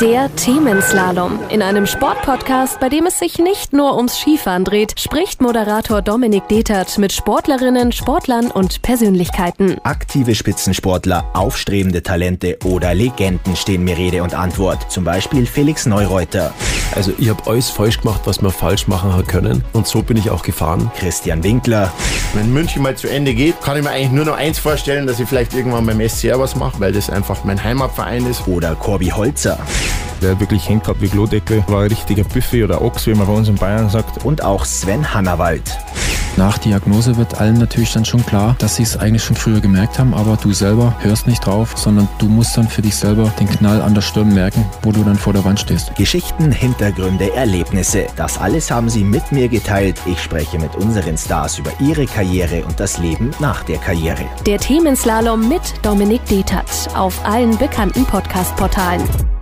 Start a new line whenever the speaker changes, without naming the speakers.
Der Themenslalom. In einem Sportpodcast, bei dem es sich nicht nur ums Skifahren dreht, spricht Moderator Dominik Detert mit Sportlerinnen, Sportlern und Persönlichkeiten.
Aktive Spitzensportler, aufstrebende Talente oder Legenden stehen mir Rede und Antwort. Zum Beispiel Felix Neureuter,
Also ich habe alles falsch gemacht, was man falsch machen hat können. Und so bin ich auch gefahren.
Christian Winkler
Wenn München mal zu Ende geht, kann ich mir eigentlich nur noch eins vorstellen, dass ich vielleicht irgendwann beim SCR was mache, weil das einfach mein Heimatverein ist.
oder Corby Holzer.
Der hat wirklich hängt gehabt wie Glodeckel, war ein richtiger Büffel oder Ochs, wie man bei uns in Bayern sagt.
Und auch Sven Hannawald.
Nach Diagnose wird allen natürlich dann schon klar, dass sie es eigentlich schon früher gemerkt haben, aber du selber hörst nicht drauf, sondern du musst dann für dich selber den Knall an der Stirn merken, wo du dann vor der Wand stehst.
Geschichten, Hintergründe, Erlebnisse. Das alles haben sie mit mir geteilt. Ich spreche mit unseren Stars über ihre Karriere und das Leben nach der Karriere.
Der Themenslalom mit Dominik Detert auf allen bekannten Podcast-Portalen.